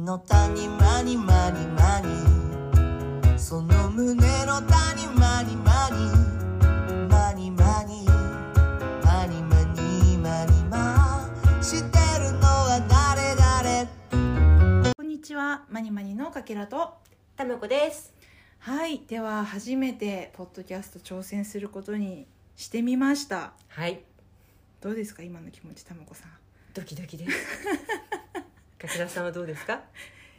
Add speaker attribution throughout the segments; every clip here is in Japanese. Speaker 1: の谷間に間に間にその胸の谷間に間に間に間に間に間に間に間してるのは誰誰
Speaker 2: こんにちは、マニマニのかけらと。
Speaker 3: ためこです。
Speaker 2: はい、では初めてポッドキャスト挑戦することにしてみました。
Speaker 3: はい、
Speaker 2: どうですか、今の気持ち、たまこさん。い
Speaker 3: ドキドキ です。かけらさんはどうですか。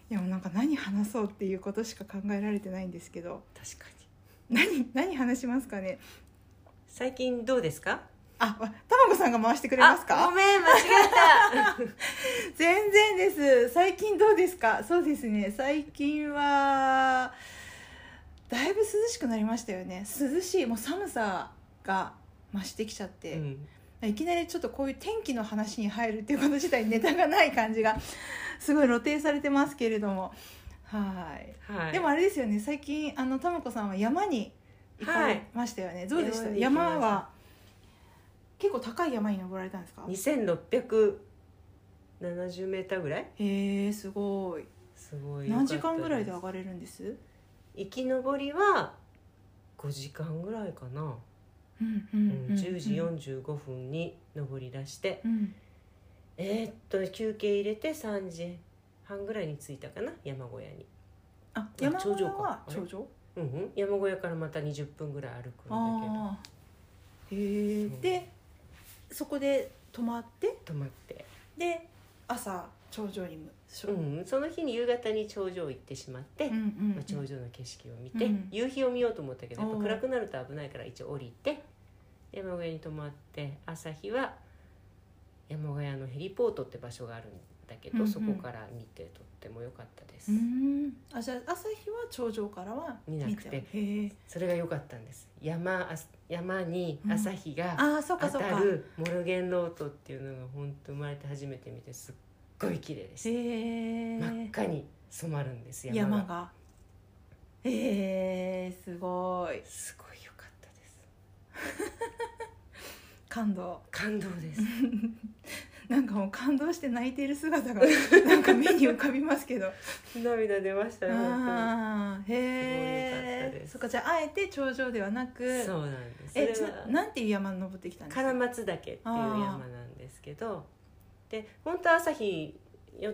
Speaker 2: や、もうなんか何話そうっていうことしか考えられてないんですけど、
Speaker 3: 確かに。
Speaker 2: 何、何話しますかね。
Speaker 3: 最近どうですか。
Speaker 2: あ、わたまこさんが回してくれます
Speaker 3: あご
Speaker 2: か。
Speaker 3: めん、間違え。
Speaker 2: 全然です。最近どうですか。そうですね、最近は。だいぶ涼しくなりましたよね。涼しい、もう寒さが増してきちゃった て。
Speaker 3: うん、
Speaker 2: いきなりちょっとこういう天気の話に入るっていうこと自体にネタがない感じが すごい露呈されてますけれどもはい、
Speaker 3: はい。
Speaker 2: でも、あれですよね最近あのタムコさんは山に行かれましたよね、どうでした山
Speaker 3: 山に行きました
Speaker 2: は結構高い山に登られたんですか
Speaker 3: 二千六百七十メーターぐらい。
Speaker 2: へえすごい
Speaker 3: すごい。
Speaker 2: 何時間ぐらいで上
Speaker 3: が
Speaker 2: がれるんです
Speaker 3: 行き登りは。五時間ぐらいかな。
Speaker 2: うんう
Speaker 3: うん
Speaker 2: うん
Speaker 3: ん、十時四十五分に登り出して。
Speaker 2: うん
Speaker 3: えーっと、休憩入れて三時半ぐらいに着いたかな、山小屋に。
Speaker 2: あ山
Speaker 3: 頂上か
Speaker 2: は
Speaker 3: あれ
Speaker 2: 頂上
Speaker 3: うんうん、山小屋からまた20分ぐらい歩くんだけど
Speaker 2: ああへえ
Speaker 3: そう
Speaker 2: でそこで泊まって
Speaker 3: 泊まって、
Speaker 2: で朝頂上にむしょ
Speaker 3: うん、その日に夕方に頂上行ってしまって、
Speaker 2: うんうんうん
Speaker 3: まあ、頂上の景色を見て、
Speaker 2: うん
Speaker 3: 夕日を見ようと思ったけどやっ
Speaker 2: お
Speaker 3: ぱ
Speaker 2: ー
Speaker 3: 暗くなると危ないから一応降りて山小屋に泊まって朝日は山小屋のヘリポートって場所があるんだけど、
Speaker 2: うんうん
Speaker 3: そこから見てとっても良かったです、
Speaker 2: うーんあじゃあ朝日は頂上からは
Speaker 3: 見なくて
Speaker 2: 見へえ
Speaker 3: それが良かったんです山あ山に朝日が、
Speaker 2: ああそうか
Speaker 3: 当
Speaker 2: そう
Speaker 3: た
Speaker 2: か
Speaker 3: るモルゲンロートっていうのが本当生まれて初めて見てすっごい綺麗でした、
Speaker 2: へ
Speaker 3: 真っ
Speaker 2: え
Speaker 3: 赤に染まるんです山が
Speaker 2: 山がへえすごい
Speaker 3: すごい良かったです
Speaker 2: 感動
Speaker 3: 感動です
Speaker 2: なんかもう感動して泣いている 姿がなんか目に浮かびますけど
Speaker 3: 涙出ましたよ本
Speaker 2: ああ
Speaker 3: すごい良かった
Speaker 2: へえ
Speaker 3: です
Speaker 2: そっかじゃああえて頂上ではな
Speaker 3: 当に
Speaker 2: く
Speaker 3: そうなんです
Speaker 2: え
Speaker 3: そ
Speaker 2: ち
Speaker 3: れ
Speaker 2: な
Speaker 3: は
Speaker 2: なんていう山登ってきたんです
Speaker 3: 唐
Speaker 2: か
Speaker 3: 松岳っていう山なんですけどで本当は朝日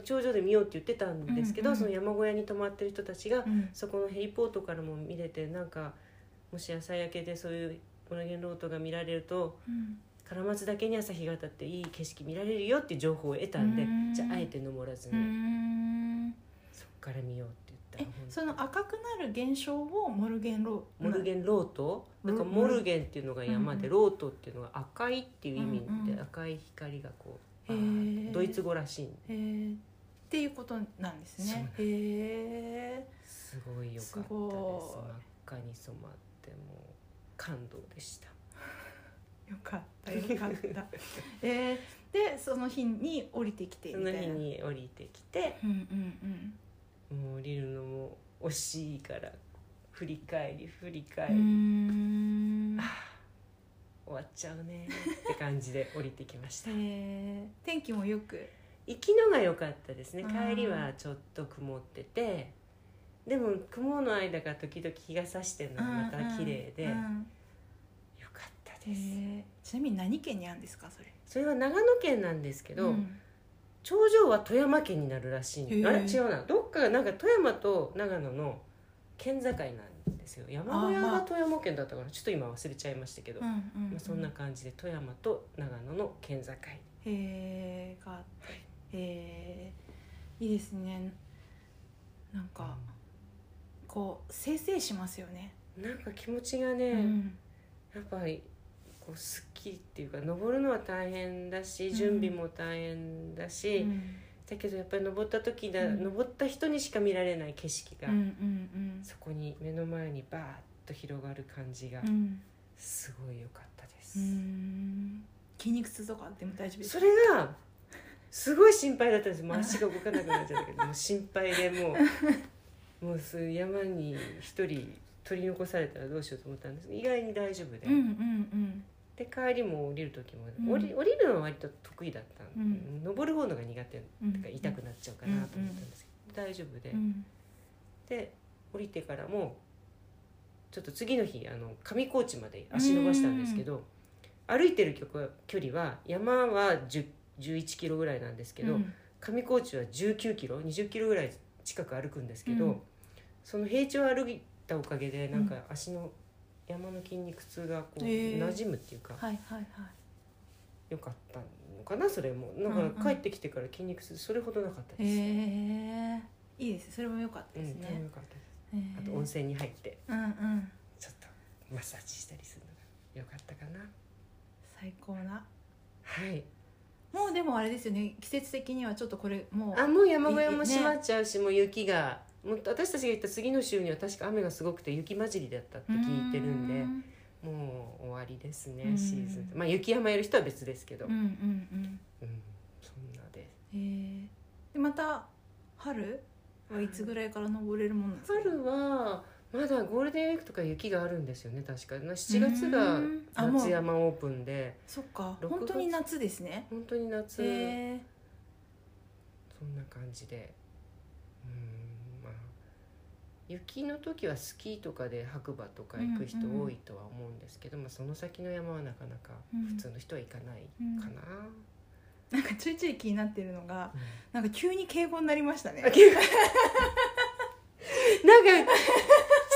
Speaker 3: 頂上で見ようって言ってたんですけど、
Speaker 2: うんうん
Speaker 3: その山小屋に泊まってる人たちが
Speaker 2: うん
Speaker 3: そこのヘリポートからも見れてなんかもし朝焼けでそういうモルゲンロートが見られると
Speaker 2: うん
Speaker 3: 唐松だけに朝日が当たっていい景色見られるよっていう情報を得たんで
Speaker 2: うん
Speaker 3: じゃああえて登らず
Speaker 2: うー
Speaker 3: に、
Speaker 2: ん
Speaker 3: そっから見ようって言
Speaker 2: え
Speaker 3: ったら
Speaker 2: その赤くなる現象をモルゲンロー
Speaker 3: モルゲンロートなんかモルゲンっていうのが山で、
Speaker 2: うん
Speaker 3: ロートっていうのが赤いっていう意味で、
Speaker 2: うんうん
Speaker 3: 赤い光がこう
Speaker 2: へ
Speaker 3: バーッ
Speaker 2: ー
Speaker 3: とドイツ語らしいんで
Speaker 2: へーっていうことなんです
Speaker 3: そうなん
Speaker 2: ね
Speaker 3: で
Speaker 2: へえ
Speaker 3: すごい良かったです
Speaker 2: すごい
Speaker 3: 真っ赤に染まってもう感動でした
Speaker 2: よかったよかったえー、でその日に降りてきて
Speaker 3: そ
Speaker 2: みた
Speaker 3: の
Speaker 2: いな
Speaker 3: 日に降りてきて
Speaker 2: うんうん
Speaker 3: もう降りるのも惜しいから振り返り振り返
Speaker 2: う
Speaker 3: り、
Speaker 2: んうーん
Speaker 3: 終わっちゃうねって感じで降りてきました
Speaker 2: えー、天気もよく
Speaker 3: 行きのが良かったですね
Speaker 2: あー
Speaker 3: 帰りはちょっと曇っててでも雲の間が時々日が差してるのがまた綺麗で
Speaker 2: う
Speaker 3: 良
Speaker 2: んう
Speaker 3: か
Speaker 2: ん
Speaker 3: った
Speaker 2: え
Speaker 3: です、
Speaker 2: ーちなみに何県にあるんですかそれ
Speaker 3: それは長野県なんですけど、
Speaker 2: うん
Speaker 3: 頂上は富山県になるらしいん
Speaker 2: へー
Speaker 3: あれ違うなどっかがなんか富山と長野の県境なんですよ山小屋
Speaker 2: あーまあ
Speaker 3: が富山県だったからちょっと今忘れちゃいましたけど、
Speaker 2: うんうんうん
Speaker 3: まあ、そんな感じで富山と長野の県境
Speaker 2: へえがあってへえいいですねなんかこうせいせいしますよね、
Speaker 3: なんか気持ちがね、
Speaker 2: うん
Speaker 3: やっぱりこうすっきりっていうか登るのは大変だし
Speaker 2: うん
Speaker 3: 準備も大変だ
Speaker 2: う
Speaker 3: し、
Speaker 2: ん
Speaker 3: だけどやっぱり登った時だ、
Speaker 2: うん
Speaker 3: 登った人にしか見られない景色
Speaker 2: う
Speaker 3: が、
Speaker 2: んうん
Speaker 3: そこに目の前にバーッと広がる感じが
Speaker 2: うんうん
Speaker 3: すごい良かったです、
Speaker 2: うん筋肉痛とかでも大丈夫です
Speaker 3: それがすごい心配だったんですもう足が動かなくなっちゃったけど もう心配でもうもうそういう山に一人取り残されたらどうしようと思ったんですけど意外に大丈夫で。
Speaker 2: うんうん
Speaker 3: で帰りも降りる時も、
Speaker 2: うん
Speaker 3: 降り降りるのは割と得意だったんで、
Speaker 2: うん
Speaker 3: 登る方のが苦手
Speaker 2: うん
Speaker 3: とか痛くなっちゃうかなと思ったんですけど、大丈夫で、
Speaker 2: うん
Speaker 3: で降りてからもちょっと次の日あの上高地まで足伸ばしたんですけど歩いてる距距離は山は10 11キロぐらいなんですけど、
Speaker 2: うん
Speaker 3: 上高地は19キロ20キロぐらい近く歩くんですけど、
Speaker 2: うん
Speaker 3: その平地を歩いたおかげでなんか足の山の筋肉痛がこう
Speaker 2: へえ
Speaker 3: 馴染むっていうか、
Speaker 2: はいはいはい
Speaker 3: 良かったのかなそれもだか
Speaker 2: うんうん
Speaker 3: ら帰ってきてから筋肉痛それほどなかった
Speaker 2: へ
Speaker 3: です、
Speaker 2: えいいですねそれも良かった
Speaker 3: うん
Speaker 2: です
Speaker 3: それも
Speaker 2: ね
Speaker 3: 良かったです
Speaker 2: へえ
Speaker 3: あと温泉に入って
Speaker 2: うんうん
Speaker 3: ちょっとマッサージしたりするのが良かったかな
Speaker 2: 最高な
Speaker 3: はい
Speaker 2: もうでもあれですよね季節的にはちょっとこれもう
Speaker 3: あもう山小屋も閉まっちゃうし、もう雪がもう私たちが行った次の週には確か雨がすごくて雪混じりだったって聞いてるんでもう終わりですね、
Speaker 2: うん
Speaker 3: シーズンまあ雪山やる人は別ですけど、
Speaker 2: う
Speaker 3: うん
Speaker 2: うん
Speaker 3: ん
Speaker 2: うん
Speaker 3: そんなで
Speaker 2: へえでまた春はいつぐらいから登れるもんなんですか
Speaker 3: 春はまだゴールデンウィークとか雪があるんですよね確かな7月が
Speaker 2: うんあもう
Speaker 3: 夏山オープンで
Speaker 2: そっか
Speaker 3: 6
Speaker 2: 本当に夏ですね
Speaker 3: 本当に夏、
Speaker 2: へえ
Speaker 3: そんな感じでうんまあ雪の時はスキーとかで白馬とか行く人
Speaker 2: うんうん
Speaker 3: 多いとは思うんですけど、まあ、その先の山はなかなか
Speaker 2: うん
Speaker 3: 普通の人は行かないか
Speaker 2: な
Speaker 3: な、
Speaker 2: んかちょいちょい気になってるのが
Speaker 3: うん
Speaker 2: なんか急に敬語になりましたね
Speaker 3: あ結構 なんか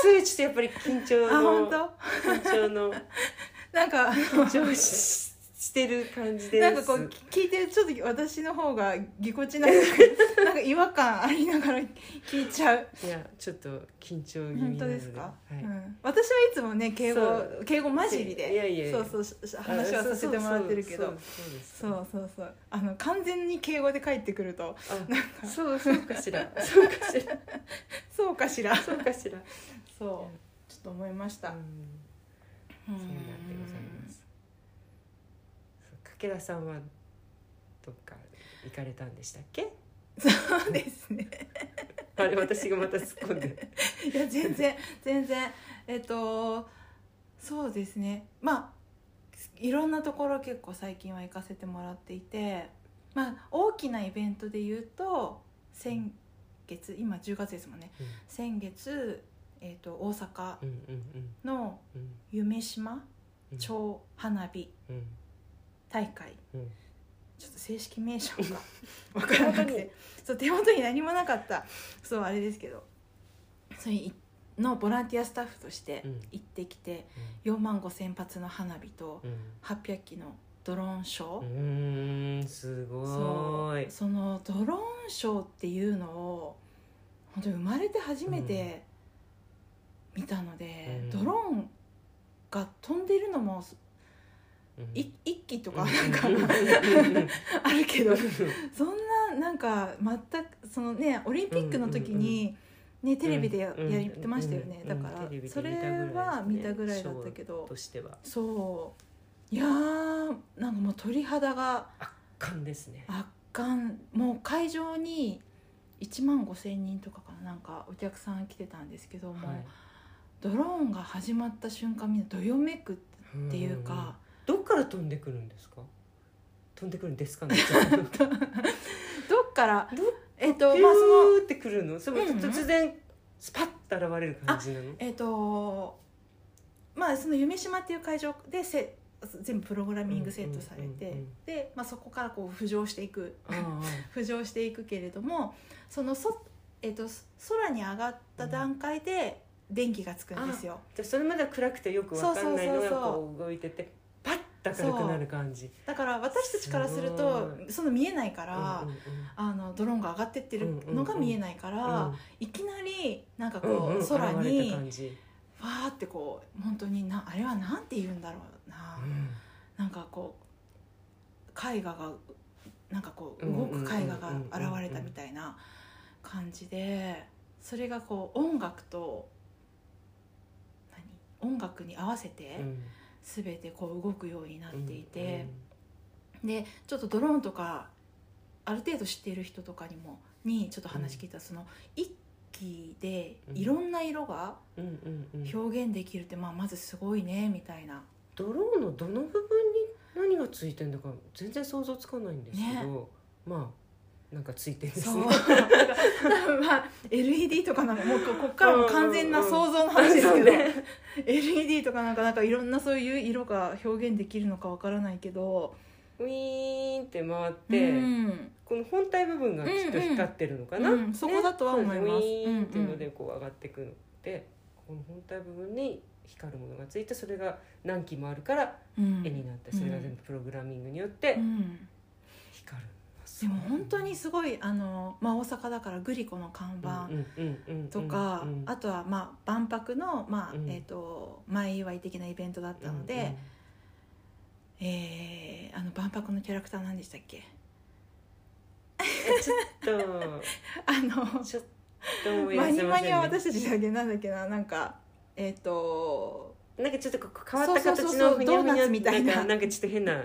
Speaker 3: それちょっとやっぱり緊張
Speaker 2: あ本当
Speaker 3: の緊張の
Speaker 2: なんか
Speaker 3: 緊張ししてる感じです
Speaker 2: なんかこうき聞いてるちょっと私の方がぎこちな くなんか違和感ありながら聞いちゃう
Speaker 3: いやちょっと緊張気味なの
Speaker 2: 本当ですか、
Speaker 3: はい
Speaker 2: うん、私はいつもね敬
Speaker 3: そ
Speaker 2: 語
Speaker 3: う
Speaker 2: 敬語混じりで
Speaker 3: いやいやいや
Speaker 2: そうそうしし話はさせてもらってるけ
Speaker 3: そ
Speaker 2: ど
Speaker 3: うそうです
Speaker 2: そうそうそうあの完全に敬語で帰ってくると
Speaker 3: あそうそうか しらそうかしら
Speaker 2: そうかしら
Speaker 3: そうかしら
Speaker 2: そうちょっと思いました、
Speaker 3: うん
Speaker 2: うん
Speaker 3: そうなんでございますそうかけらさんはどっか行かれたんでしたっけ
Speaker 2: そうですね
Speaker 3: あれ私がまた突っ込んで
Speaker 2: いや全然全然えっとそうですねまあいろんなところ結構最近は行かせてもらっていてまあ大きなイベントで言うと先月今10月ですもんね
Speaker 3: うん
Speaker 2: 先月、えっと大阪
Speaker 3: うんうん
Speaker 2: の
Speaker 3: うんうん
Speaker 2: 夢島
Speaker 3: うん
Speaker 2: 超花火
Speaker 3: うん
Speaker 2: 大会
Speaker 3: うん
Speaker 2: ちょっと正式名称が わからなくてそう手元に何もなかったそうあれですけどそれのボランティアスタッフとして
Speaker 3: うん
Speaker 2: 行ってきて4万5,000発の花火と800機のドローンショ
Speaker 3: う
Speaker 2: ー、
Speaker 3: んうんす
Speaker 2: そ
Speaker 3: ご
Speaker 2: う
Speaker 3: い
Speaker 2: そのドローンショーっていうのを本当に生まれて初めて見たので、
Speaker 3: うん
Speaker 2: ドローンが飛んでるのも
Speaker 3: うん
Speaker 2: い一機とか
Speaker 3: う
Speaker 2: なん か
Speaker 3: うんうん
Speaker 2: あるけどそんななんか全くそのねオリンピックの時に、ね、テレビでや,、
Speaker 3: うん
Speaker 2: やってましたよね、
Speaker 3: うん
Speaker 2: だから、
Speaker 3: テレビで見た
Speaker 2: そ
Speaker 3: ぐら
Speaker 2: れ
Speaker 3: いですね
Speaker 2: は見たぐらいだったけど
Speaker 3: としては
Speaker 2: そういやーなんかもう鳥肌が
Speaker 3: 感ですね
Speaker 2: 圧巻もう会場に1万5,000人とかかななんかお客さん来てたんですけども、
Speaker 3: はい
Speaker 2: ドローンが始まった瞬間みんなどよめくっていうか。
Speaker 3: んどっから飛んでくるんですか飛んでくるんですか ね
Speaker 2: どっから
Speaker 3: ど
Speaker 2: えっと
Speaker 3: ピ
Speaker 2: まあその
Speaker 3: ューってくるのそれ
Speaker 2: うんうん
Speaker 3: 突然スパッと現れる感じなの
Speaker 2: えっ、とまあその夢島っていう会場でせ全部プログラミングセットされて、
Speaker 3: うんうんうんうん
Speaker 2: で、まあ、そこからこう浮上していく
Speaker 3: ああ
Speaker 2: 浮上していくけれどもそのそ、えっとそ空に上がった段階で電気がつくんですよ、
Speaker 3: じゃあそれまでは暗くてよくわかんないの
Speaker 2: そうそうそう
Speaker 3: が
Speaker 2: そう
Speaker 3: こう動いててパッと明るくなる感じ
Speaker 2: だから私たちからすると
Speaker 3: す
Speaker 2: その見えないから、
Speaker 3: うんうん
Speaker 2: あのドローンが上がってってるのが見えないから、いきなりなんか
Speaker 3: うん
Speaker 2: こ
Speaker 3: うん
Speaker 2: う空
Speaker 3: 現れ
Speaker 2: に
Speaker 3: た感じ
Speaker 2: わーってこう本当になあれはなんて言うんだろうな。なんかこう絵画がなんかこう
Speaker 3: うん
Speaker 2: 動
Speaker 3: うんうんうん
Speaker 2: く絵画が現れたみたいな感じでそれがこう音楽と何音楽に合わせて
Speaker 3: うん
Speaker 2: 全てこう動くようになっていて、
Speaker 3: う
Speaker 2: でちょっとドローンとかある程度知っている人とかにもにちょっと話聞いたらその一機でいろんな色が
Speaker 3: んうんうんうん
Speaker 2: 表現できるってまあまずすごいねみたいな。
Speaker 3: ドローンのどの部分に何がついてんだか全然想像つかないんですけど、まあなんかついてるんで
Speaker 2: そ
Speaker 3: す
Speaker 2: う
Speaker 3: ね。
Speaker 2: なんか多分まあ LED とかなのもうここっからもう完全な想像の話ですけど、
Speaker 3: うんうんうん
Speaker 2: LED とかなんかなんかいろんなそういう色が表現できるのかわからないけど
Speaker 3: ウィーンって回って、
Speaker 2: うん
Speaker 3: この本体部分がきっと光ってるのかな、
Speaker 2: うんうんうんそこだとは思います
Speaker 3: そうですねウィーンっていうの
Speaker 2: う
Speaker 3: でこう上がってくので、この本体部分に光るものがついてそれが何機もあるから
Speaker 2: うん
Speaker 3: 絵になって、それが全部プログラミングによって
Speaker 2: うん
Speaker 3: 光る、
Speaker 2: でも本当にすごいあの、まあ、大阪だからグリコの看板とか、あとはまあ万博の、まあ
Speaker 3: うん
Speaker 2: えー、と前祝い的なイベントだったので、えーあの万博のキャラクター何でしたっけ
Speaker 3: ちょっと
Speaker 2: あの
Speaker 3: ちょっと思い出
Speaker 2: マニ
Speaker 3: せま
Speaker 2: マ
Speaker 3: せん
Speaker 2: ニ
Speaker 3: ね
Speaker 2: は私たちだけなんだっけななんかえっ、と
Speaker 3: なんかちょっとこう変わった
Speaker 2: そう
Speaker 3: 形
Speaker 2: そうそう
Speaker 3: の
Speaker 2: そう
Speaker 3: ふにゃふ
Speaker 2: ドー
Speaker 3: に
Speaker 2: ナ
Speaker 3: ゃ
Speaker 2: ツみたいなん
Speaker 3: かなんかちょっと変な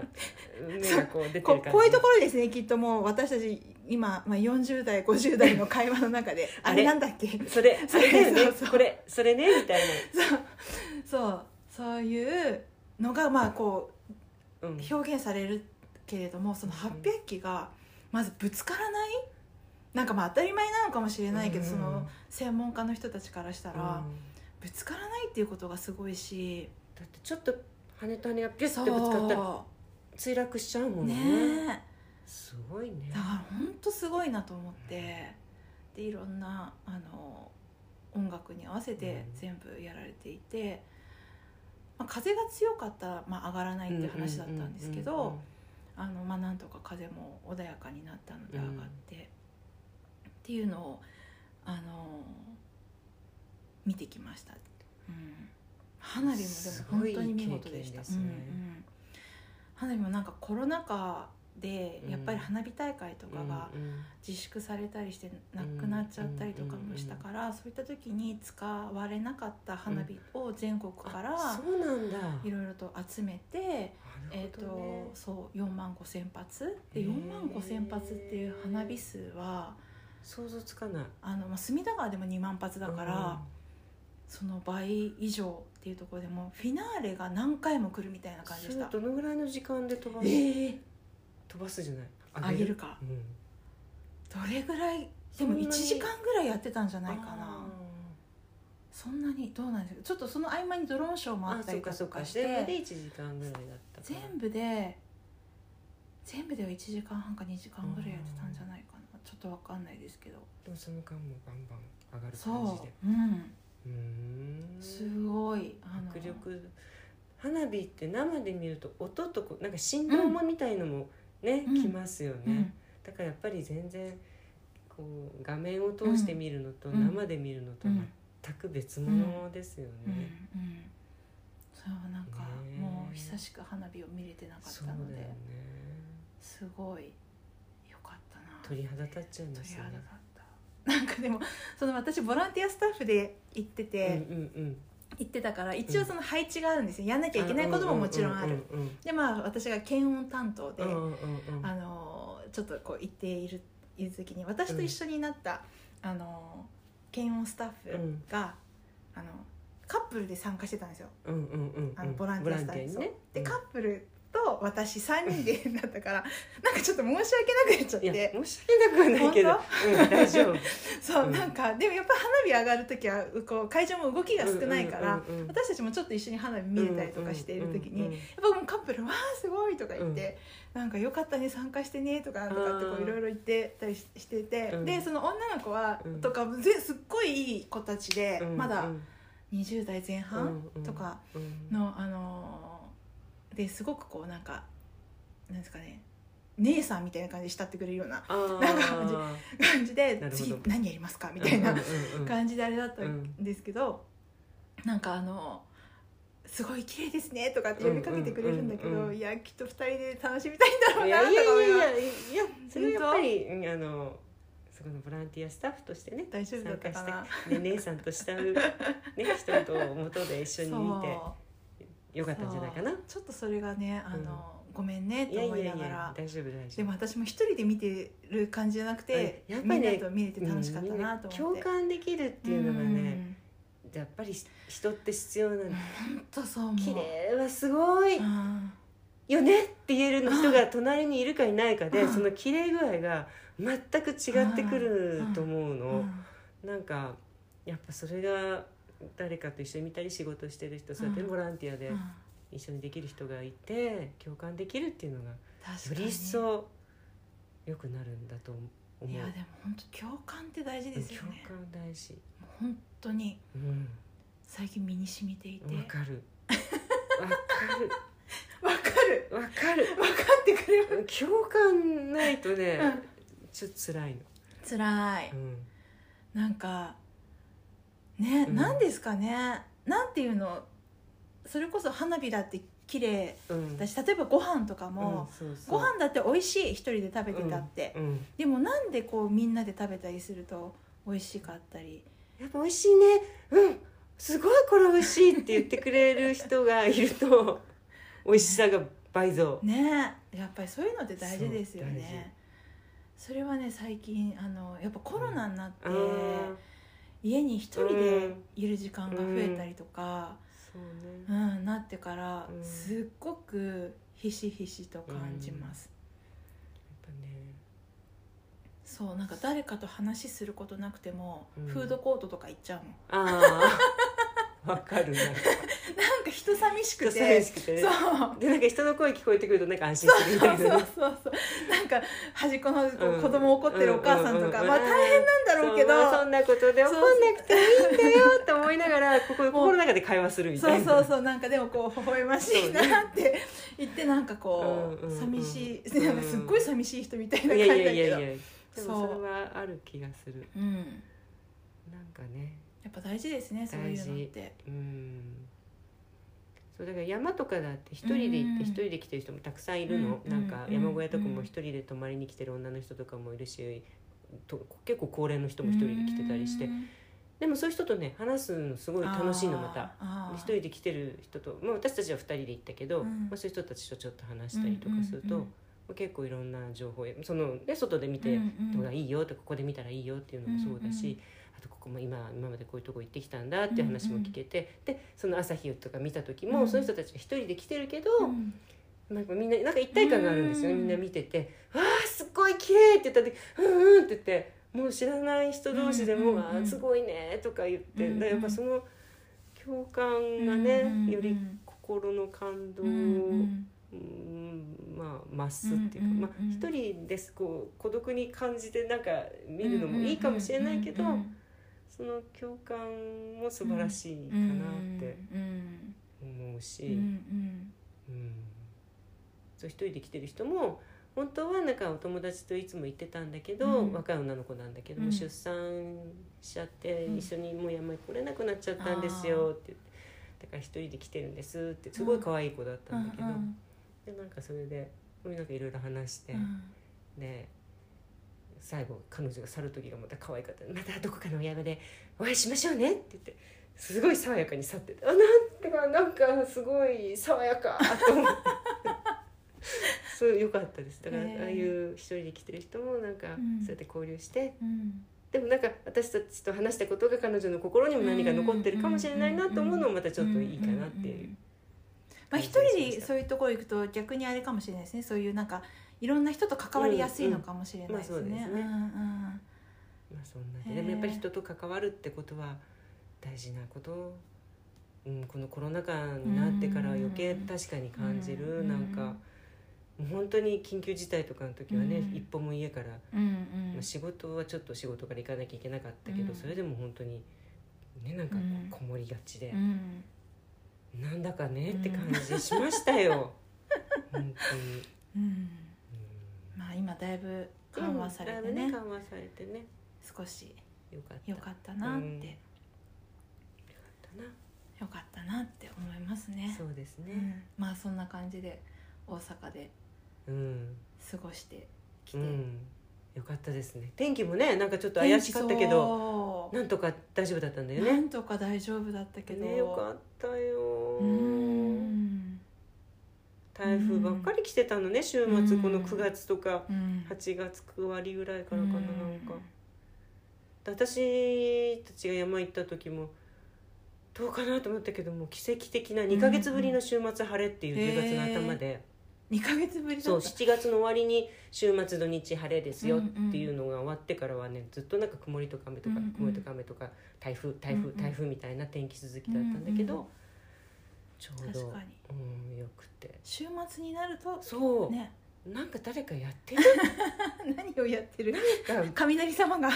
Speaker 3: 目がこう出てる
Speaker 2: こ
Speaker 3: 感じ
Speaker 2: こういうところですねきっともう私たち今、まあ、40代50代の会話の中であ
Speaker 3: あ
Speaker 2: れ
Speaker 3: れ
Speaker 2: なんだっけ
Speaker 3: それそれだよね
Speaker 2: そうそう
Speaker 3: これそれねみたい
Speaker 2: そうそうそういうのがまあこ
Speaker 3: な、うん、
Speaker 2: う表現されるけれどもその800機がまずぶつからないなんかまあ当たり前なのかもしれないけど、
Speaker 3: うん
Speaker 2: その専門家の人たちからしたら、
Speaker 3: うん
Speaker 2: ぶつからないっていうことがすごいし
Speaker 3: だってちょっと羽と羽がピュ
Speaker 2: そ
Speaker 3: ッてぶつかったら
Speaker 2: う
Speaker 3: 墜落しちゃうもんね
Speaker 2: ねえ
Speaker 3: すごいね
Speaker 2: だから本当すごいなと思ってでいろんなあの音楽に合わせて
Speaker 3: うん
Speaker 2: 全部やられていて、まあ、風が強かったら、まあ、上がらないって話だったんですけ
Speaker 3: うんうんうん
Speaker 2: どあのまあなんとか風も穏やかになったので上がって、っていうのをあの見てきました、うん、花火もでも本当に見事でした
Speaker 3: すごい経験ですね
Speaker 2: うんうん花火もなんかコロナ禍でやっぱり花火大会とかが
Speaker 3: うんうん
Speaker 2: 自粛されたりしてなくなっちゃったりとかもしたから、そういった時に使われなかった花火を全国か
Speaker 3: あ
Speaker 2: ら
Speaker 3: そうなんだ
Speaker 2: いろいろと集めて、
Speaker 3: な
Speaker 2: え
Speaker 3: る
Speaker 2: ー
Speaker 3: ほどね
Speaker 2: とそう4万5千発で
Speaker 3: へー
Speaker 2: 4万5千発っていう花火数は
Speaker 3: 想像つかない
Speaker 2: あの、まあ、隅田川でも2万発だから、その倍以上っていうところでもフィナーレが何回も来るみたいな感じ
Speaker 3: そ
Speaker 2: でし
Speaker 3: れ
Speaker 2: た。
Speaker 3: どのぐらいの時間で飛ば
Speaker 2: え
Speaker 3: す、
Speaker 2: ー、
Speaker 3: 飛ばすじゃない
Speaker 2: あげるか
Speaker 3: うん
Speaker 2: どれぐらいで
Speaker 3: そん
Speaker 2: も
Speaker 3: なに
Speaker 2: 1時間ぐらいやってたんじゃないかな
Speaker 3: あ
Speaker 2: そんなにどうなんですかちょっとその合間にドローンショーもあ
Speaker 3: ーあ
Speaker 2: った
Speaker 3: そ
Speaker 2: り
Speaker 3: う
Speaker 2: と
Speaker 3: かそう
Speaker 2: か
Speaker 3: か
Speaker 2: して
Speaker 3: 全部で1時間ぐらいだったから
Speaker 2: 全部で全部では1時間半か2時間ぐらいやってたんじゃないかなちょっとわかんないですけど
Speaker 3: でもその間もバンバン上がる感じ
Speaker 2: そ
Speaker 3: で
Speaker 2: ううん
Speaker 3: うーん
Speaker 2: すごいあの
Speaker 3: 迫力花火って生で見ると音とこうなんか振動もみたいのもね、
Speaker 2: うん
Speaker 3: きますよね、
Speaker 2: うん
Speaker 3: だからやっぱり全然こう画面を通して見るのと
Speaker 2: うん
Speaker 3: 生で見るの
Speaker 2: う
Speaker 3: と
Speaker 2: ん
Speaker 3: 全く別物ですよね、
Speaker 2: うんうんそうなんか
Speaker 3: ねえ
Speaker 2: もう久しく花火を見れてなかっ
Speaker 3: そう
Speaker 2: た
Speaker 3: だよ
Speaker 2: の
Speaker 3: ね
Speaker 2: で。すごいよかったな
Speaker 3: 鳥肌立っちゃいま
Speaker 2: 鳥
Speaker 3: すよ
Speaker 2: 肌だ
Speaker 3: ね
Speaker 2: っ。たなんかでもその私ボランティアスタッフで行ってて、
Speaker 3: うんうんうん
Speaker 2: 行ってたから一応その配置があるんですよやんなきゃいけないことももちろんある。
Speaker 3: うんうん
Speaker 2: でまあ私が検温担当で、
Speaker 3: うんうんうんうん
Speaker 2: あのちょっとこう行っているいる時に私と一緒になった、あの検温スタッフが、あのカップルで参加してたんですよ
Speaker 3: うんうんうんうん
Speaker 2: あのボランティアスタッフ、
Speaker 3: ボ
Speaker 2: そう
Speaker 3: ランティアにね
Speaker 2: で
Speaker 3: うん
Speaker 2: カップルと私3人でだったから なんかちょっと申し訳なくなっちゃっ
Speaker 3: いや
Speaker 2: て
Speaker 3: 申し訳なくはないけど、うん、大丈夫
Speaker 2: そう、
Speaker 3: うん
Speaker 2: なんかでもやっぱ花火上がる時はこう会場も動きが少ないから、
Speaker 3: うんうんうんうん
Speaker 2: 私たちもちょっと一緒に花火見れたりとかしている時に、
Speaker 3: うんうんうんうん
Speaker 2: やっぱもうカップル「わあすごい」とか言って「なんかよかったね参加してね」とかなんとかってこ
Speaker 3: う
Speaker 2: うんいろいろ言ってたりししてて、
Speaker 3: うん
Speaker 2: でその女の子は、
Speaker 3: うん
Speaker 2: とかぜすっごいいい子たちで、
Speaker 3: うん
Speaker 2: まだ
Speaker 3: うん
Speaker 2: 20代前半
Speaker 3: うん
Speaker 2: とか
Speaker 3: うん
Speaker 2: の、あのーですごくこうなんかなんですかね姉さんみたいな感じで慕ってくれるような
Speaker 3: あー
Speaker 2: なんかじ感じで「
Speaker 3: なるほど
Speaker 2: 次何やりますか?」みたいな
Speaker 3: うんうんうん
Speaker 2: 感じであれだったんですけど、なんかあの「すごい綺麗ですね」とかって呼びかけてくれるんだけど、
Speaker 3: うんうんうんうん
Speaker 2: いやきっと二人で楽しみたいんだろう
Speaker 3: い
Speaker 2: な
Speaker 3: や
Speaker 2: とか
Speaker 3: いやい
Speaker 2: 思い
Speaker 3: や
Speaker 2: ないがら
Speaker 3: やいやそれはやっぱりうんあのそこのボランティアスタッフとしてね
Speaker 2: 大丈夫だったかな
Speaker 3: 参加して、ね、姉さんと慕う、ね、人と元で一緒に見てよかったんじゃないかな
Speaker 2: そうちょっとそれがねあの、ごめんね
Speaker 3: い
Speaker 2: と
Speaker 3: やい
Speaker 2: 思
Speaker 3: や
Speaker 2: いな
Speaker 3: い
Speaker 2: がら
Speaker 3: や大丈夫大
Speaker 2: で
Speaker 3: 丈
Speaker 2: も
Speaker 3: 夫
Speaker 2: 私も一人で見てる感じじゃなくて、
Speaker 3: うんやっぱりね
Speaker 2: みんなと見れて楽しかったなと思っ
Speaker 3: 共
Speaker 2: て。
Speaker 3: 感できるっていうのがね、
Speaker 2: ん
Speaker 3: やっぱり人って必要なんだ
Speaker 2: ほんとそう思う
Speaker 3: 綺麗はすごい
Speaker 2: うん
Speaker 3: よねって言えるの人が隣にいるかいないかでその綺麗具合が全く違ってくると思う
Speaker 2: う
Speaker 3: の。なんかやっぱそれが誰かと一緒に見たり仕事してる人そうやって
Speaker 2: うん
Speaker 3: ボランティアで
Speaker 2: うん
Speaker 3: 一緒にできる人がいて共感できるっていうのがよ
Speaker 2: 確か
Speaker 3: り
Speaker 2: に
Speaker 3: 一層良くなるんだと思う。
Speaker 2: いやでも本当共感って大事ですよ
Speaker 3: 共
Speaker 2: ね
Speaker 3: 感大事。
Speaker 2: もう本当に
Speaker 3: うん
Speaker 2: 最近身に染みていて
Speaker 3: わかる。わ
Speaker 2: わ
Speaker 3: か
Speaker 2: かる
Speaker 3: る。 わかる。
Speaker 2: 分かってくれる
Speaker 3: 共感ないとね、
Speaker 2: うん
Speaker 3: ちょっと辛いの。
Speaker 2: つらい
Speaker 3: うん
Speaker 2: なんかね、
Speaker 3: うん
Speaker 2: なんですかねなんていうのそれこそ花火だって綺麗
Speaker 3: うん。
Speaker 2: だし例えばご飯とか
Speaker 3: うん
Speaker 2: も、
Speaker 3: そうそ
Speaker 2: ご
Speaker 3: う
Speaker 2: 飯だって美味しい一人で食べてたって、
Speaker 3: うんうん
Speaker 2: でもなんでこうみんなで食べたりすると美味しかったり
Speaker 3: やっぱ美味しいね。うん。すごいこれ美味しいって言ってくれる人がいると 美味しさが倍増。
Speaker 2: ねやっぱりそういうのって大事ですよ
Speaker 3: そう大
Speaker 2: ねそれはね最近あのやっぱコロナになって、
Speaker 3: あー
Speaker 2: 家に一人でいる時間が増えたりとか、
Speaker 3: そう
Speaker 2: う
Speaker 3: ね。
Speaker 2: んなってから、
Speaker 3: うん
Speaker 2: すっごくひしひしと感じます、
Speaker 3: やっぱね。
Speaker 2: そうなんか誰かと話することなくても、
Speaker 3: うん
Speaker 2: フードコートとか行っちゃうもん
Speaker 3: あ あ。わかるな。
Speaker 2: なんか人寂しく
Speaker 3: 人寂
Speaker 2: て
Speaker 3: しくてね
Speaker 2: そう。
Speaker 3: でなんか人の声聞こえてくるとなんか安心するみ
Speaker 2: そ
Speaker 3: た
Speaker 2: う
Speaker 3: い
Speaker 2: そ
Speaker 3: な
Speaker 2: う
Speaker 3: ね。
Speaker 2: そうそうなんか端っこのこう
Speaker 3: うん
Speaker 2: 子供怒ってるお母さんとか、
Speaker 3: うん
Speaker 2: まあ大変なんだろうけど、
Speaker 3: そうそんなことで怒んなくていいんだよと思いながらここ心の中で会話するみた
Speaker 2: そ
Speaker 3: いうな
Speaker 2: そうそうなんかでもこう微笑ましいなって言ってなんかこ
Speaker 3: うんうん
Speaker 2: う
Speaker 3: うん
Speaker 2: 寂しい、
Speaker 3: うん
Speaker 2: なんかすっごい寂しい人みたいな感
Speaker 3: い
Speaker 2: じ
Speaker 3: や
Speaker 2: だ
Speaker 3: い
Speaker 2: け
Speaker 3: や
Speaker 2: ど
Speaker 3: いやいやでも
Speaker 2: そう
Speaker 3: それはある気がする
Speaker 2: うん
Speaker 3: なんかね
Speaker 2: やっぱ大事ですねそういうのって
Speaker 3: うんそうだから山とかだって一人で行って
Speaker 2: うん
Speaker 3: 一人で来てる人もたくさんいるの、
Speaker 2: うん
Speaker 3: なんか山小屋とか
Speaker 2: う
Speaker 3: も
Speaker 2: ん
Speaker 3: 一人で泊まりに来てる女の人とかもいるしと結構高齢の人も一人で来てたりして
Speaker 2: うん
Speaker 3: でもそういう人とね話すのすごい楽しいのまた。
Speaker 2: あー
Speaker 3: で一人で来てる人と、まあ、私たちは2人で行ったけど、
Speaker 2: うん
Speaker 3: まあ、そういう人たちとちょっと話したりとかすると、
Speaker 2: うんうんうん
Speaker 3: まあ結構いろんな情報やその、ね、外で見て、
Speaker 2: うんうん
Speaker 3: ほらいいよとかここで見たらいいよっていうのもそうだし、
Speaker 2: うんうん
Speaker 3: あとここも今今までこういうとこ行ってきたんだっていう話も聞けて、でその朝日とか見た時も、
Speaker 2: うん
Speaker 3: そういう人たちが一人で来てるけど、
Speaker 2: うん
Speaker 3: なんかみんななんか一体感があるんですよね、
Speaker 2: うん
Speaker 3: みんな見てて「わあすっごい綺麗って言った時「うんうん」って言ってもう知らない人同士でも「
Speaker 2: うんうんうん
Speaker 3: あーすごいね」とか言って、
Speaker 2: うんうん
Speaker 3: だからやっぱその共感がね、
Speaker 2: うんうんうん
Speaker 3: より心の感動を、
Speaker 2: う
Speaker 3: うんん
Speaker 2: うん
Speaker 3: まあ増すって
Speaker 2: う
Speaker 3: いうか、
Speaker 2: んうんうん
Speaker 3: まあ、一人ですこう孤独に感じてなんか見るのもいいかもしれないけど、
Speaker 2: うんうんうん
Speaker 3: その共感も素晴らしいかなって
Speaker 2: うん
Speaker 3: 思うし。
Speaker 2: うんうん
Speaker 3: うん、そう一人で来てる人も本当はなんかお友達といつも行ってたんだけど、
Speaker 2: うん
Speaker 3: 若い女の子なんだけども、
Speaker 2: うん
Speaker 3: 出産しちゃって、
Speaker 2: うん
Speaker 3: 一緒にもう山に来れなくなっちゃったんですよって言ってだから一人で来てるんですってすごい可愛い子だったんだけど、でなんかそれでなんかいろいろ話して、で最後彼女が去る時がまた可愛かった「またどこかのお山でお会いしましょうね」って言ってすごい爽やかに去ってて「あなんてかなんかすごい爽やか」と思ってそう良かったですだから
Speaker 2: へえ
Speaker 3: ああいう一人で来てる人もなんか
Speaker 2: うん
Speaker 3: そうやって交流して、
Speaker 2: うん
Speaker 3: でもなんか私たちと話したことが彼女の心にも何か残ってるかもしれないなと思うのもまたちょっといいかなっていう。
Speaker 2: んんんまあ、一人でそういうところ行くと逆にあれかもしれないですねそういうなんかいろんな人と関わりやすいのかもしれないですね。
Speaker 3: うんうんま
Speaker 2: うん
Speaker 3: まあそんな
Speaker 2: へえ
Speaker 3: ででもやっぱり人と関わるってことは大事なこと、うん、このコロナ禍になってから余計
Speaker 2: うん
Speaker 3: 確かに感じる、
Speaker 2: うん
Speaker 3: なんかもう本当に緊急事態とかの時はね、
Speaker 2: うん
Speaker 3: 一歩も家から、
Speaker 2: うんうん
Speaker 3: まあ、仕事はちょっと仕事から行かなきゃいけなかったけ
Speaker 2: う
Speaker 3: ど、
Speaker 2: ん
Speaker 3: それでも本当にねなんか
Speaker 2: うん
Speaker 3: こもりがちで
Speaker 2: う、ん
Speaker 3: なんだかねって感じしまし たよ、本当に、
Speaker 2: うん
Speaker 3: うん
Speaker 2: まあ今だいぶ緩和されてね,、
Speaker 3: うんだいぶ緩和されてね
Speaker 2: 少し
Speaker 3: よかった
Speaker 2: 良かったなって、
Speaker 3: うん
Speaker 2: 良
Speaker 3: な
Speaker 2: かったなって思いますね。
Speaker 3: そうです
Speaker 2: う
Speaker 3: ね、
Speaker 2: ん、まあそんな感じで大阪で
Speaker 3: うん
Speaker 2: 過ごしてきて、
Speaker 3: うん、よかったですね天気もねなんかちょっと怪しかったけど
Speaker 2: そう
Speaker 3: なんとか大丈夫だったんだよ
Speaker 2: な
Speaker 3: ね
Speaker 2: んとか大丈夫だったけど、
Speaker 3: ねよかったよ
Speaker 2: うん
Speaker 3: 台風ばっかり来てたのね週末
Speaker 2: うん
Speaker 3: この9月とか
Speaker 2: うん
Speaker 3: 8月9割ぐらいからかなな
Speaker 2: う
Speaker 3: んか
Speaker 2: ん
Speaker 3: で私たちが山行った時もどうかなと思ったけどもう奇跡的な2ヶ月ぶりの週末晴れっていう
Speaker 2: うん
Speaker 3: 10月の頭で
Speaker 2: 2ヶ月ぶりだった
Speaker 3: そう7月の終わりに週末土日晴れですよっていうのが終わってからはねずっとなんか曇りとか雨とか
Speaker 2: うんうん
Speaker 3: 曇りとか雨とか台風台
Speaker 2: うんう
Speaker 3: 風
Speaker 2: ん
Speaker 3: 台風みたいな天気続きだったんだ
Speaker 2: う
Speaker 3: け
Speaker 2: んう
Speaker 3: どちょうど
Speaker 2: 確かに
Speaker 3: うんよくて
Speaker 2: 週末になると
Speaker 3: そう
Speaker 2: ね
Speaker 3: なんか誰かやってる
Speaker 2: 何をやってる
Speaker 3: か なんか
Speaker 2: 雷様が
Speaker 3: な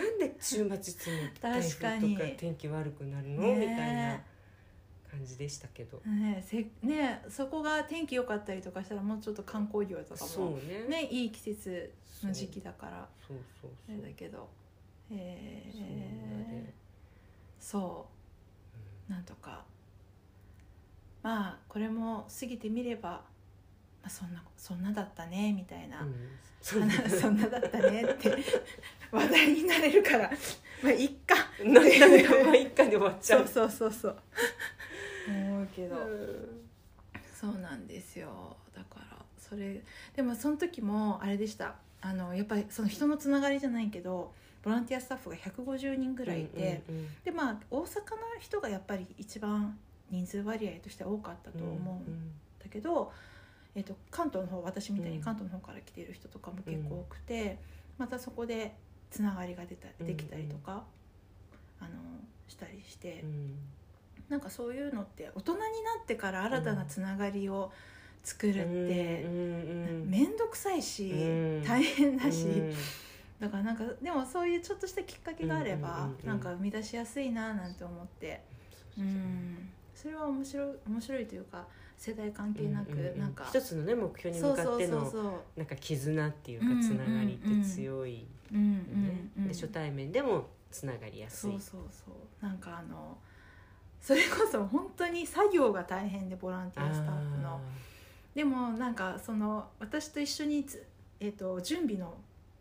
Speaker 3: んで週末いつも台
Speaker 2: 確か
Speaker 3: 風
Speaker 2: に
Speaker 3: とか天気悪くなるの
Speaker 2: ねえ
Speaker 3: みたいな感じでしたけど
Speaker 2: ねせねそこが天気良かったりとかしたらもうちょっと観光業とか
Speaker 3: そう
Speaker 2: も
Speaker 3: ね
Speaker 2: ねいい季節
Speaker 3: そう
Speaker 2: の時期だから
Speaker 3: そうそう
Speaker 2: あ
Speaker 3: そう
Speaker 2: れだけどへ
Speaker 3: そうなんだよ
Speaker 2: えそうなんとかまあこれも過ぎてみれば、まあ、そんなそんなだったねみたいな、
Speaker 3: うんうんそ
Speaker 2: あ
Speaker 3: う
Speaker 2: の
Speaker 3: ね
Speaker 2: そんなだったねって 話題になれるからまあいっか
Speaker 3: なんだかまあ一回で終わっちゃ
Speaker 2: そう
Speaker 3: う。
Speaker 2: そうそうそう思うけど、
Speaker 3: うん
Speaker 2: そうなんですよだからそれでもその時もあれでしたあのやっぱりその人のつながりじゃないけどボランティアスタッフが150人ぐらいいて、
Speaker 3: うんうんうん
Speaker 2: でまあ大阪の人がやっぱり一番人数割合としては多かったと思うんだけど、えっと関東の方私みたいに関東の方から来てる人とかも結構多くて、またそこでつながりが出たできたりとか、あのしたりして。
Speaker 3: うん
Speaker 2: なんかそういうのって大人になってから新たなつながりを作るって
Speaker 3: うんうん
Speaker 2: 面倒くさいし、
Speaker 3: うん
Speaker 2: 大変だし、
Speaker 3: うん
Speaker 2: だからなんかでもそういうちょっとしたきっかけがあれば、
Speaker 3: うんうんうんうん
Speaker 2: なんか生み出しやすいななんて思って、うん、それは面白い面白いというか世代関係なく、
Speaker 3: うんうんうん
Speaker 2: なんか
Speaker 3: 一つのね目標に
Speaker 2: そ
Speaker 3: 向
Speaker 2: う
Speaker 3: か
Speaker 2: そ
Speaker 3: っ
Speaker 2: う
Speaker 3: て
Speaker 2: そう
Speaker 3: の
Speaker 2: そう、
Speaker 3: なんか絆っていうか
Speaker 2: うんうんうん
Speaker 3: つながりって強い
Speaker 2: うん
Speaker 3: よね。
Speaker 2: うんうん、
Speaker 3: で初対面でもつながりやす
Speaker 2: そ。
Speaker 3: いう
Speaker 2: そうそうなんかあのそれこそ本当に作業が大変でボランティアスタッフの。でもなんかその私と一緒につ、えー、と準備の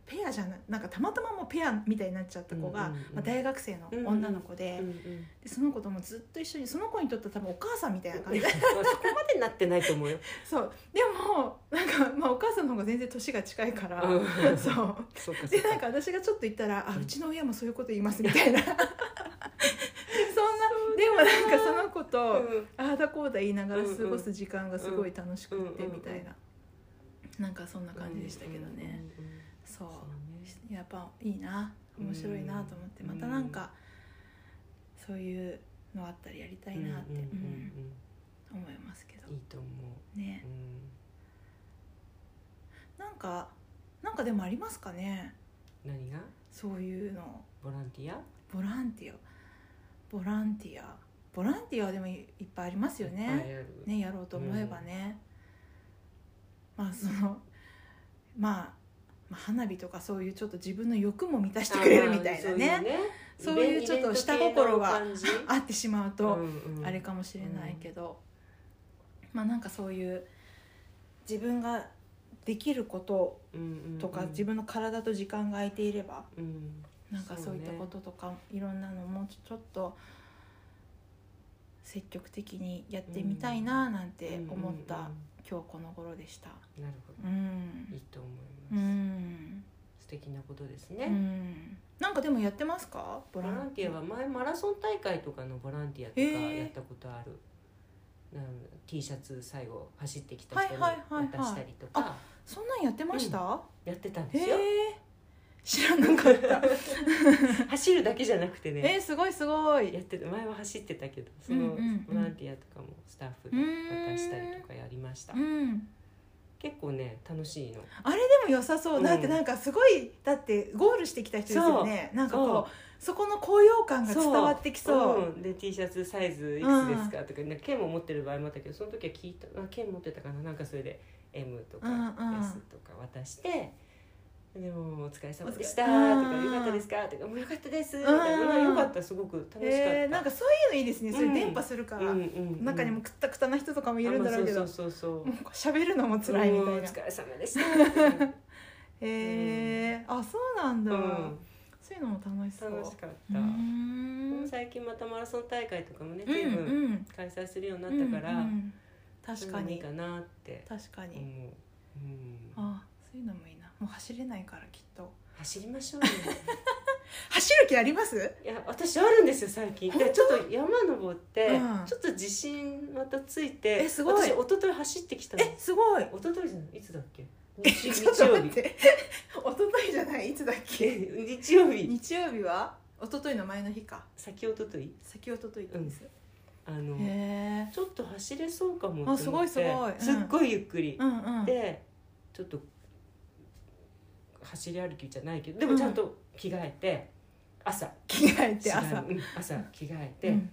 Speaker 2: ペアじゃないなんかたまたまもうペアみたいになっちゃった子が、
Speaker 3: うんうんうん
Speaker 2: まあ、大学生の女の子で,、
Speaker 3: あーうんうん
Speaker 2: でその子ともずっと一緒にその子にとっては多分お母さんみたいな感じ
Speaker 3: まあそこまでなってないと思うよ。
Speaker 2: そうでもなんか、まあ、お母さんの方が全然年が近いから、
Speaker 3: うん
Speaker 2: そう
Speaker 3: そうかそ
Speaker 2: で
Speaker 3: うか
Speaker 2: なんか私がちょっと言ったら「あ
Speaker 3: うん
Speaker 2: うちの親もそういうこと言います」み たいなそんなでもなんかその子と、
Speaker 3: うん
Speaker 2: ああだこうだ言いながら
Speaker 3: うんうん
Speaker 2: 過ごす時間がすごい楽しくって
Speaker 3: うんうん
Speaker 2: みたいな、なんかそんな感じでしたけどね、
Speaker 3: うんうんうん
Speaker 2: そう
Speaker 3: そうね
Speaker 2: やっぱいいな面白いなと思って、
Speaker 3: うん
Speaker 2: またなんかそういうのあったらやりたいなって、
Speaker 3: うんうん
Speaker 2: うん思いますけど
Speaker 3: うんいいと思う。
Speaker 2: ね
Speaker 3: うん
Speaker 2: なんかなんかでもありますかね
Speaker 3: 何が
Speaker 2: そういうの
Speaker 3: ボランティア
Speaker 2: ボランティアボランティアボランティアはでもいいっぱいありますよね。
Speaker 3: いっぱいある
Speaker 2: ね、やろうと思えばね、まあそのまあまあ花火とかそういうちょっと自分の欲も満たしてくれるみたいなね
Speaker 3: そ
Speaker 2: そうう
Speaker 3: い
Speaker 2: いうう
Speaker 3: ね
Speaker 2: ちょっと下心が
Speaker 3: イベント系の感
Speaker 2: あってしまう
Speaker 3: じ
Speaker 2: と
Speaker 3: うんうん
Speaker 2: あれかもしれないけど、まあなんかそういう自分ができること
Speaker 3: うんうんうん
Speaker 2: とか、自分の体と時間が空いていれば
Speaker 3: うん
Speaker 2: なんかそういったこととか、いろんなのもちょっと積極的にやってみたいななんて思った。
Speaker 3: うんうん
Speaker 2: 今日この頃でした。
Speaker 3: うんなるほど
Speaker 2: うん
Speaker 3: いい。と思いうます
Speaker 2: ん。
Speaker 3: 素敵なことです
Speaker 2: う
Speaker 3: ね
Speaker 2: ん。なんかでもやってますか？ボ
Speaker 3: ボ
Speaker 2: ラ
Speaker 3: ラ
Speaker 2: ン
Speaker 3: ン
Speaker 2: テ
Speaker 3: テ
Speaker 2: ィ
Speaker 3: ィ
Speaker 2: アは。
Speaker 3: アは前マラソン大会とかのボランティアと
Speaker 2: へ
Speaker 3: か
Speaker 2: ー
Speaker 3: やったことあるなん T シャツ最後走ってきた人に
Speaker 2: はいはいはいはい
Speaker 3: 渡したりとか
Speaker 2: そんなんやってました？
Speaker 3: やってた
Speaker 2: へ
Speaker 3: んですよ
Speaker 2: え。知らなか った。
Speaker 3: 走るだけじゃなくてね
Speaker 2: えー、すごいすごい
Speaker 3: や。ってた前は走ってたけどその
Speaker 2: うんうんう
Speaker 3: ボ
Speaker 2: ん
Speaker 3: ランティアとかもスタッフで渡したりとかやりました
Speaker 2: うん。
Speaker 3: 結構ね楽しいの
Speaker 2: あれでも良さそう。
Speaker 3: うん
Speaker 2: だってなんかすごいだってゴールしてきた人ですよね。なんかこうそこの高揚感が伝わってきそう。
Speaker 3: んで T シャツサイズいくつですかとかなんか剣も持ってる場合もあったけどその時は聞いたあ剣持ってたかななんかそれで M とか
Speaker 2: うんうん
Speaker 3: S とか渡して。でもお疲れ様でした
Speaker 2: お
Speaker 3: と
Speaker 2: 疲れ
Speaker 3: か
Speaker 2: うん
Speaker 3: 良かったですかとかもう良かったですみたいな
Speaker 2: うん
Speaker 3: 良かったすごく楽しかった、
Speaker 2: えー、なんかそういうのいいですね。それ
Speaker 3: うん
Speaker 2: 電波するから。
Speaker 3: うんうんうん
Speaker 2: 中にもくったくたな人とかもいるんだろうけ
Speaker 3: あ
Speaker 2: ど、
Speaker 3: まあそうそうそう
Speaker 2: もう喋るのも
Speaker 3: そ う
Speaker 2: 辛いみた
Speaker 3: うん
Speaker 2: い
Speaker 3: お
Speaker 2: な。
Speaker 3: 疲れ様でした
Speaker 2: へえ、あそうなんだ、
Speaker 3: うん
Speaker 2: そういうのも楽しそう
Speaker 3: 楽しかっ
Speaker 2: うー
Speaker 3: た、
Speaker 2: ん
Speaker 3: 最近またマラソン大会とかもね
Speaker 2: うん
Speaker 3: 随
Speaker 2: う
Speaker 3: 分
Speaker 2: ん
Speaker 3: 開催するようになったから、
Speaker 2: うんうん確かに
Speaker 3: そういうのもいいかなって
Speaker 2: 確かに、
Speaker 3: 思う、うん、
Speaker 2: あそういうのもいいなもう走れないからきっと
Speaker 3: 走りましょうよ
Speaker 2: 走る気あります
Speaker 3: いや私あるんですよ最近でちょっと山登って、
Speaker 2: うん
Speaker 3: ちょっと自信またついて
Speaker 2: えすごい
Speaker 3: 私一昨日走ってきたん
Speaker 2: え
Speaker 3: です
Speaker 2: ごい
Speaker 3: 一昨日じゃないいつだっけ
Speaker 2: え
Speaker 3: 日
Speaker 2: ち
Speaker 3: 日
Speaker 2: ょっと
Speaker 3: 曜
Speaker 2: 待っ
Speaker 3: 日
Speaker 2: て 一昨日じゃないいつだっけ
Speaker 3: え日曜日
Speaker 2: 日曜日は一昨日の前の日か
Speaker 3: 先一昨日
Speaker 2: 先一昨日です、
Speaker 3: あの
Speaker 2: へえ
Speaker 3: ちょっと走れそうかも
Speaker 2: あ
Speaker 3: って思って
Speaker 2: すごいすごいうん
Speaker 3: すっごいゆっくり
Speaker 2: う、んうん
Speaker 3: でちょっと走り歩きじゃないけどでもちゃんと着替えて、朝
Speaker 2: 着替えて朝
Speaker 3: うん朝着替えて、
Speaker 2: うん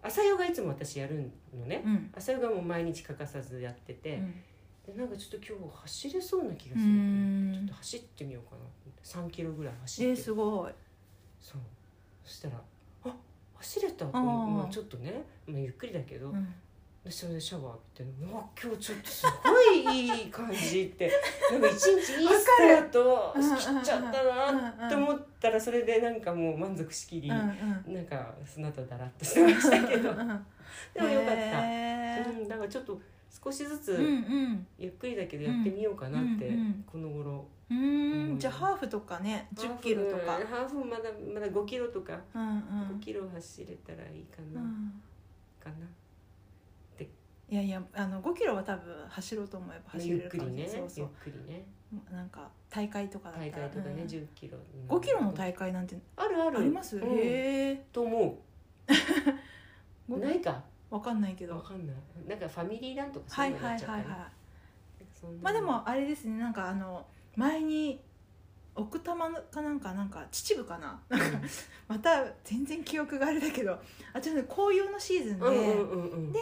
Speaker 3: 朝ヨガいつも私やるのね、
Speaker 2: うん
Speaker 3: 朝ヨガも毎日欠かさずやって
Speaker 2: う
Speaker 3: て、
Speaker 2: ん
Speaker 3: でなんかちょっと今日走れそうな気が
Speaker 2: う
Speaker 3: する
Speaker 2: ん
Speaker 3: ちょっと走ってみようかな3キロぐらい走
Speaker 2: え
Speaker 3: って、
Speaker 2: ーすごい
Speaker 3: そうそしたら「あ走れた」と思って
Speaker 2: あー
Speaker 3: まあちょっとね、まあ、ゆっくりだけど、
Speaker 2: うん
Speaker 3: でそれでシャワー浴びて「うわ今日ちょっとすごいいい感じ」 ってなんか一日いいスタート
Speaker 2: うんうんうん
Speaker 3: しきっちゃったなって思ったらそれでなんかもう満足しきり、
Speaker 2: うん
Speaker 3: なんかその後だらっとしてましたけ ど
Speaker 2: うんうんうん
Speaker 3: でもよかった、
Speaker 2: へー
Speaker 3: うん、だからちょっと少しず
Speaker 2: うん
Speaker 3: つゆっくりだけどやってみようかなって、
Speaker 2: うんうん
Speaker 3: この頃
Speaker 2: うんうー
Speaker 3: うんん
Speaker 2: じゃあハーフとかね10キロとか
Speaker 3: ハーフハーフまだまだ5キロとか
Speaker 2: うんう
Speaker 3: 5
Speaker 2: ん
Speaker 3: キロ走れたらいいか
Speaker 2: う
Speaker 3: な、
Speaker 2: ん
Speaker 3: かない
Speaker 2: やいやあの5キロは多分走ろうと思えば走
Speaker 3: ゆ
Speaker 2: れ
Speaker 3: っ
Speaker 2: る
Speaker 3: く
Speaker 2: か
Speaker 3: り
Speaker 2: もしれ
Speaker 3: ね
Speaker 2: ないそうそ
Speaker 3: ゆっ
Speaker 2: う
Speaker 3: くりね
Speaker 2: なんか大会とかだったら
Speaker 3: 大会とかね、
Speaker 2: うん
Speaker 3: 10キロ
Speaker 2: 5キロの大会なんて
Speaker 3: あるある
Speaker 2: あります、
Speaker 3: うん
Speaker 2: へえ
Speaker 3: と思うないか
Speaker 2: わかんないけ
Speaker 3: わ
Speaker 2: ど
Speaker 3: かんないなんかファミリーランとかそ
Speaker 2: は
Speaker 3: うい
Speaker 2: いう
Speaker 3: のにな
Speaker 2: は
Speaker 3: っ
Speaker 2: い
Speaker 3: ちゃっ
Speaker 2: はいは
Speaker 3: た
Speaker 2: い
Speaker 3: りそん
Speaker 2: ま
Speaker 3: な
Speaker 2: あで
Speaker 3: の
Speaker 2: もあれですねなんかあの前に奥多摩かなんかなんか秩父かななんかまた全然記憶があれだけどあちょっと紅葉のシーズンで、
Speaker 3: うんうんうんうん
Speaker 2: で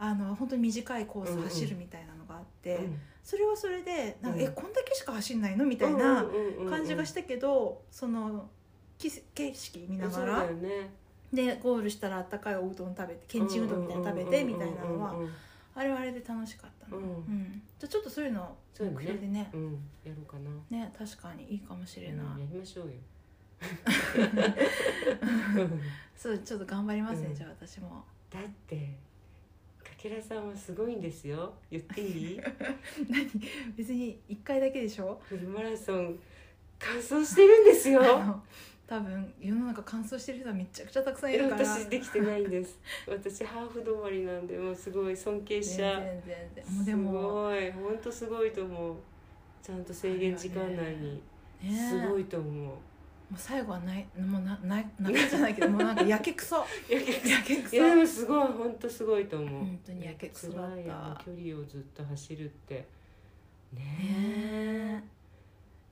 Speaker 2: あの本当に短いコース走るみたいなのがあって、
Speaker 3: うん
Speaker 2: それはそれでなんか、
Speaker 3: うん
Speaker 2: えこんだけしか走んないのみたいな
Speaker 3: うんうんうんうん
Speaker 2: 感じがしたけど、そのき景色見なが
Speaker 3: そ
Speaker 2: ら
Speaker 3: うだよね
Speaker 2: でゴールしたらあったかいおうどん食べてけんちんうどんみたいなの食べてみたいなのは
Speaker 3: うんうんうん
Speaker 2: あれはあれで楽しかったな、
Speaker 3: うん
Speaker 2: うんじゃあちょっとそういうのを目標でね
Speaker 3: うんうんやろうかな
Speaker 2: ね確かにいいかもしれない、
Speaker 3: うんやりましょうよ
Speaker 2: そうちょっと頑張りますね、
Speaker 3: うん
Speaker 2: じゃあ私も
Speaker 3: だってかけらさんはすごいんですよ言っていい
Speaker 2: 何別に1回だけでしょ
Speaker 3: フルマラソン完走してるんですよ
Speaker 2: あの多分世の中乾燥してる人はめちゃくちゃたくさんいるから
Speaker 3: 私できてないんです 私ハーフ止まりなんでもうすごい尊敬し
Speaker 2: 全
Speaker 3: ちゃう
Speaker 2: 然全然もうでも、
Speaker 3: すごい本当すごいと思うちゃんと制限時間内に、
Speaker 2: ね、
Speaker 3: すご
Speaker 2: もう
Speaker 3: いと思う
Speaker 2: 最後はないもうなない泣くじゃない けどもうなんかやけくそ
Speaker 3: いやい
Speaker 2: やけくそ
Speaker 3: やでもすごい本当すごいと思う
Speaker 2: 本当にやけくそだった
Speaker 3: 辛いあの距離をずっと走るってね
Speaker 2: ね
Speaker 3: え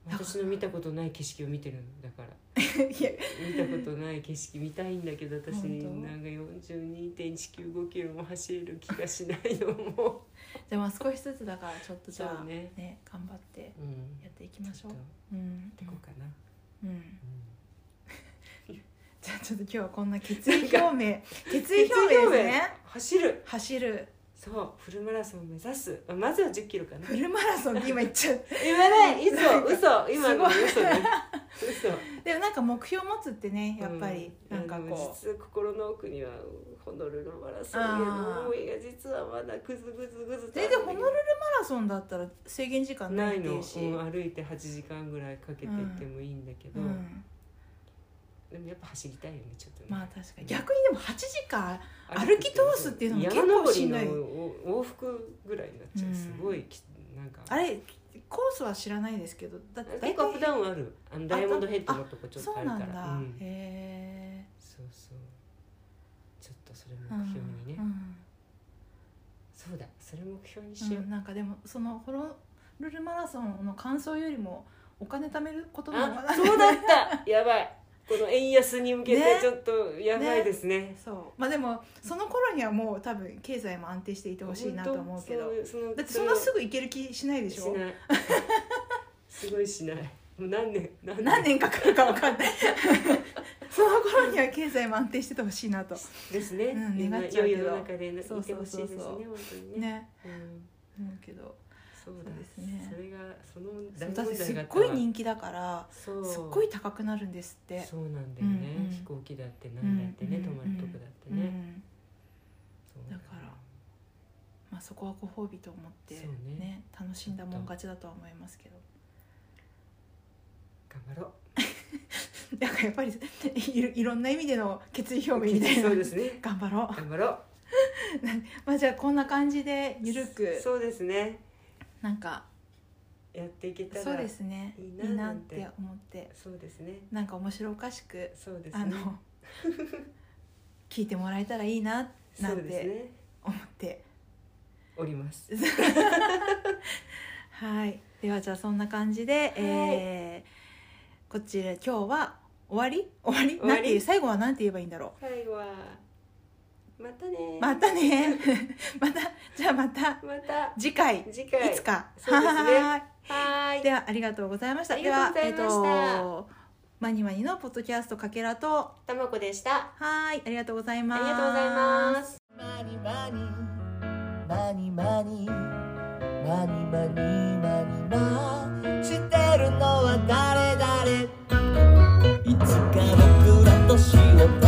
Speaker 3: 私の見たことない景色を見てるんだから
Speaker 2: えいや
Speaker 3: 見たことない景色見たいんだけど私
Speaker 2: 本当
Speaker 3: なんか42.195キロも走れる気がしないのも
Speaker 2: じゃあまあ少しずつだからちょっとじゃ
Speaker 3: そ
Speaker 2: あ
Speaker 3: う
Speaker 2: ね
Speaker 3: ね
Speaker 2: 頑張って
Speaker 3: う、ん、
Speaker 2: やっていきましょう
Speaker 3: ちょっとや
Speaker 2: うん
Speaker 3: っていこうかな、
Speaker 2: うん
Speaker 3: うん
Speaker 2: じゃあちょっと今日はこんな決意表 明決意表明ですね
Speaker 3: 走る
Speaker 2: 走る
Speaker 3: そうフルマラソン目指すまずは1 0キロかな
Speaker 2: フルマラソンって今言っちゃう
Speaker 3: 言わない嘘
Speaker 2: なんか
Speaker 3: 嘘今の
Speaker 2: すごい
Speaker 3: 嘘ね嘘
Speaker 2: でもなんか目標持つってねやっぱり、
Speaker 3: う
Speaker 2: なんか
Speaker 3: いやでも
Speaker 2: こ
Speaker 3: 実は心の奥にはホノルルマラソンへの思いが実はまだグズグズグズ
Speaker 2: う全然ホノルルマラソンだったら制限時間な
Speaker 3: ないい
Speaker 2: ってい
Speaker 3: の、
Speaker 2: ううんし、
Speaker 3: 歩いて8時間ぐらいかけていってもいいんだけど、
Speaker 2: うん
Speaker 3: でもやっぱ走りたいよねちょっとね、
Speaker 2: まあ確かに逆にでも8時間歩
Speaker 3: 歩
Speaker 2: き
Speaker 3: き
Speaker 2: 通すっていうのも結
Speaker 3: 山
Speaker 2: 構
Speaker 3: 登
Speaker 2: し
Speaker 3: り
Speaker 2: んど
Speaker 3: の
Speaker 2: い
Speaker 3: 往復ぐらいになっちゃう、
Speaker 2: うん
Speaker 3: すごいきなんか
Speaker 2: あれコースは知らないですけどだって
Speaker 3: 結構アップダウンあるあのダイヤモンドヘッドのとこちょっと
Speaker 2: そ
Speaker 3: あ
Speaker 2: う
Speaker 3: る
Speaker 2: な
Speaker 3: か
Speaker 2: ん
Speaker 3: ら
Speaker 2: だ、
Speaker 3: うん
Speaker 2: へ
Speaker 3: そうそうちょっとそれ
Speaker 2: え
Speaker 3: 目標にね、
Speaker 2: うん
Speaker 3: そうだそれ目標にし
Speaker 2: う
Speaker 3: よう、
Speaker 2: ん、なんかでもそのホロルルマラソンの感想よりもお金貯めることの方が
Speaker 3: あそうだったやばいこの円安に向け
Speaker 2: ね
Speaker 3: てちょっとやばいです ね
Speaker 2: そうまあでもその頃にはもう多分経済も安定していてほしいなと思うけど
Speaker 3: 本当そうの
Speaker 2: だってそんなすぐ行ける気しないでし
Speaker 3: し
Speaker 2: ょ
Speaker 3: ないすごいしないもう何年何年
Speaker 2: 何年かかるか分かんない その頃には経済も安定しててほしいなと
Speaker 3: ですね、
Speaker 2: うん願っちゃうけ
Speaker 3: 良い
Speaker 2: ど
Speaker 3: 世の中でいて
Speaker 2: そう
Speaker 3: ほし
Speaker 2: そ
Speaker 3: い
Speaker 2: う
Speaker 3: です
Speaker 2: そうそう
Speaker 3: ね本当にね
Speaker 2: ね
Speaker 3: うん、
Speaker 2: 思うけど
Speaker 3: そう
Speaker 2: そ
Speaker 3: だ
Speaker 2: うですね
Speaker 3: それがその
Speaker 2: そ
Speaker 3: 大
Speaker 2: う
Speaker 3: 問
Speaker 2: だってす
Speaker 3: 題があ
Speaker 2: ったごい
Speaker 3: わ
Speaker 2: 人気だから
Speaker 3: そう
Speaker 2: すっごい高くなるんですって
Speaker 3: そうなんだよね、
Speaker 2: うんうん
Speaker 3: 飛行機だって何だってね、
Speaker 2: うん
Speaker 3: 泊まるとこだって
Speaker 2: う
Speaker 3: ね、
Speaker 2: ん
Speaker 3: そう
Speaker 2: だからまあ、そこはご褒美と思って、
Speaker 3: そう
Speaker 2: ね
Speaker 3: ね
Speaker 2: 楽しんだもん勝ちだとは思いますけど
Speaker 3: 頑張ろう
Speaker 2: なんかやっぱりいろいろんな意味での決意表明みたいな
Speaker 3: そうで すね
Speaker 2: 頑張ろ
Speaker 3: 頑張ろ
Speaker 2: う、まあ、じゃあこんな感じでゆる
Speaker 3: う
Speaker 2: く
Speaker 3: そうですね
Speaker 2: なんか
Speaker 3: やっていけたら
Speaker 2: そうですね
Speaker 3: いい
Speaker 2: い
Speaker 3: ない
Speaker 2: な
Speaker 3: な
Speaker 2: っ
Speaker 3: んて
Speaker 2: て思って
Speaker 3: そうですね
Speaker 2: なんか面白おかしく、
Speaker 3: そうですね
Speaker 2: あ の聞いてもらえたらいいなな
Speaker 3: そ
Speaker 2: ん
Speaker 3: うです
Speaker 2: て
Speaker 3: ね
Speaker 2: 思って、
Speaker 3: おります
Speaker 2: はいではじゃあそんな感じで、えーこちら今日は終わり終わり
Speaker 3: 終わ
Speaker 2: な
Speaker 3: り
Speaker 2: んていう最後はなんて言えばいいんだろ
Speaker 3: 最後はまた
Speaker 2: う
Speaker 3: ね
Speaker 2: またね またじゃあまた
Speaker 3: また
Speaker 2: 次回
Speaker 3: 次回
Speaker 2: いつか
Speaker 3: そうですね
Speaker 2: はーい
Speaker 3: はー い
Speaker 2: ではありがとうございました。
Speaker 3: ありがとうございました
Speaker 2: ではえっ、とマニマニのポッドキャストかけらとは
Speaker 3: たまこでした
Speaker 2: ーいありがとうござい
Speaker 3: あ
Speaker 2: ます。
Speaker 3: りがとうございます
Speaker 1: マニマニマニマニマニマニマニマしてるのは誰誰いつか僕ら年を取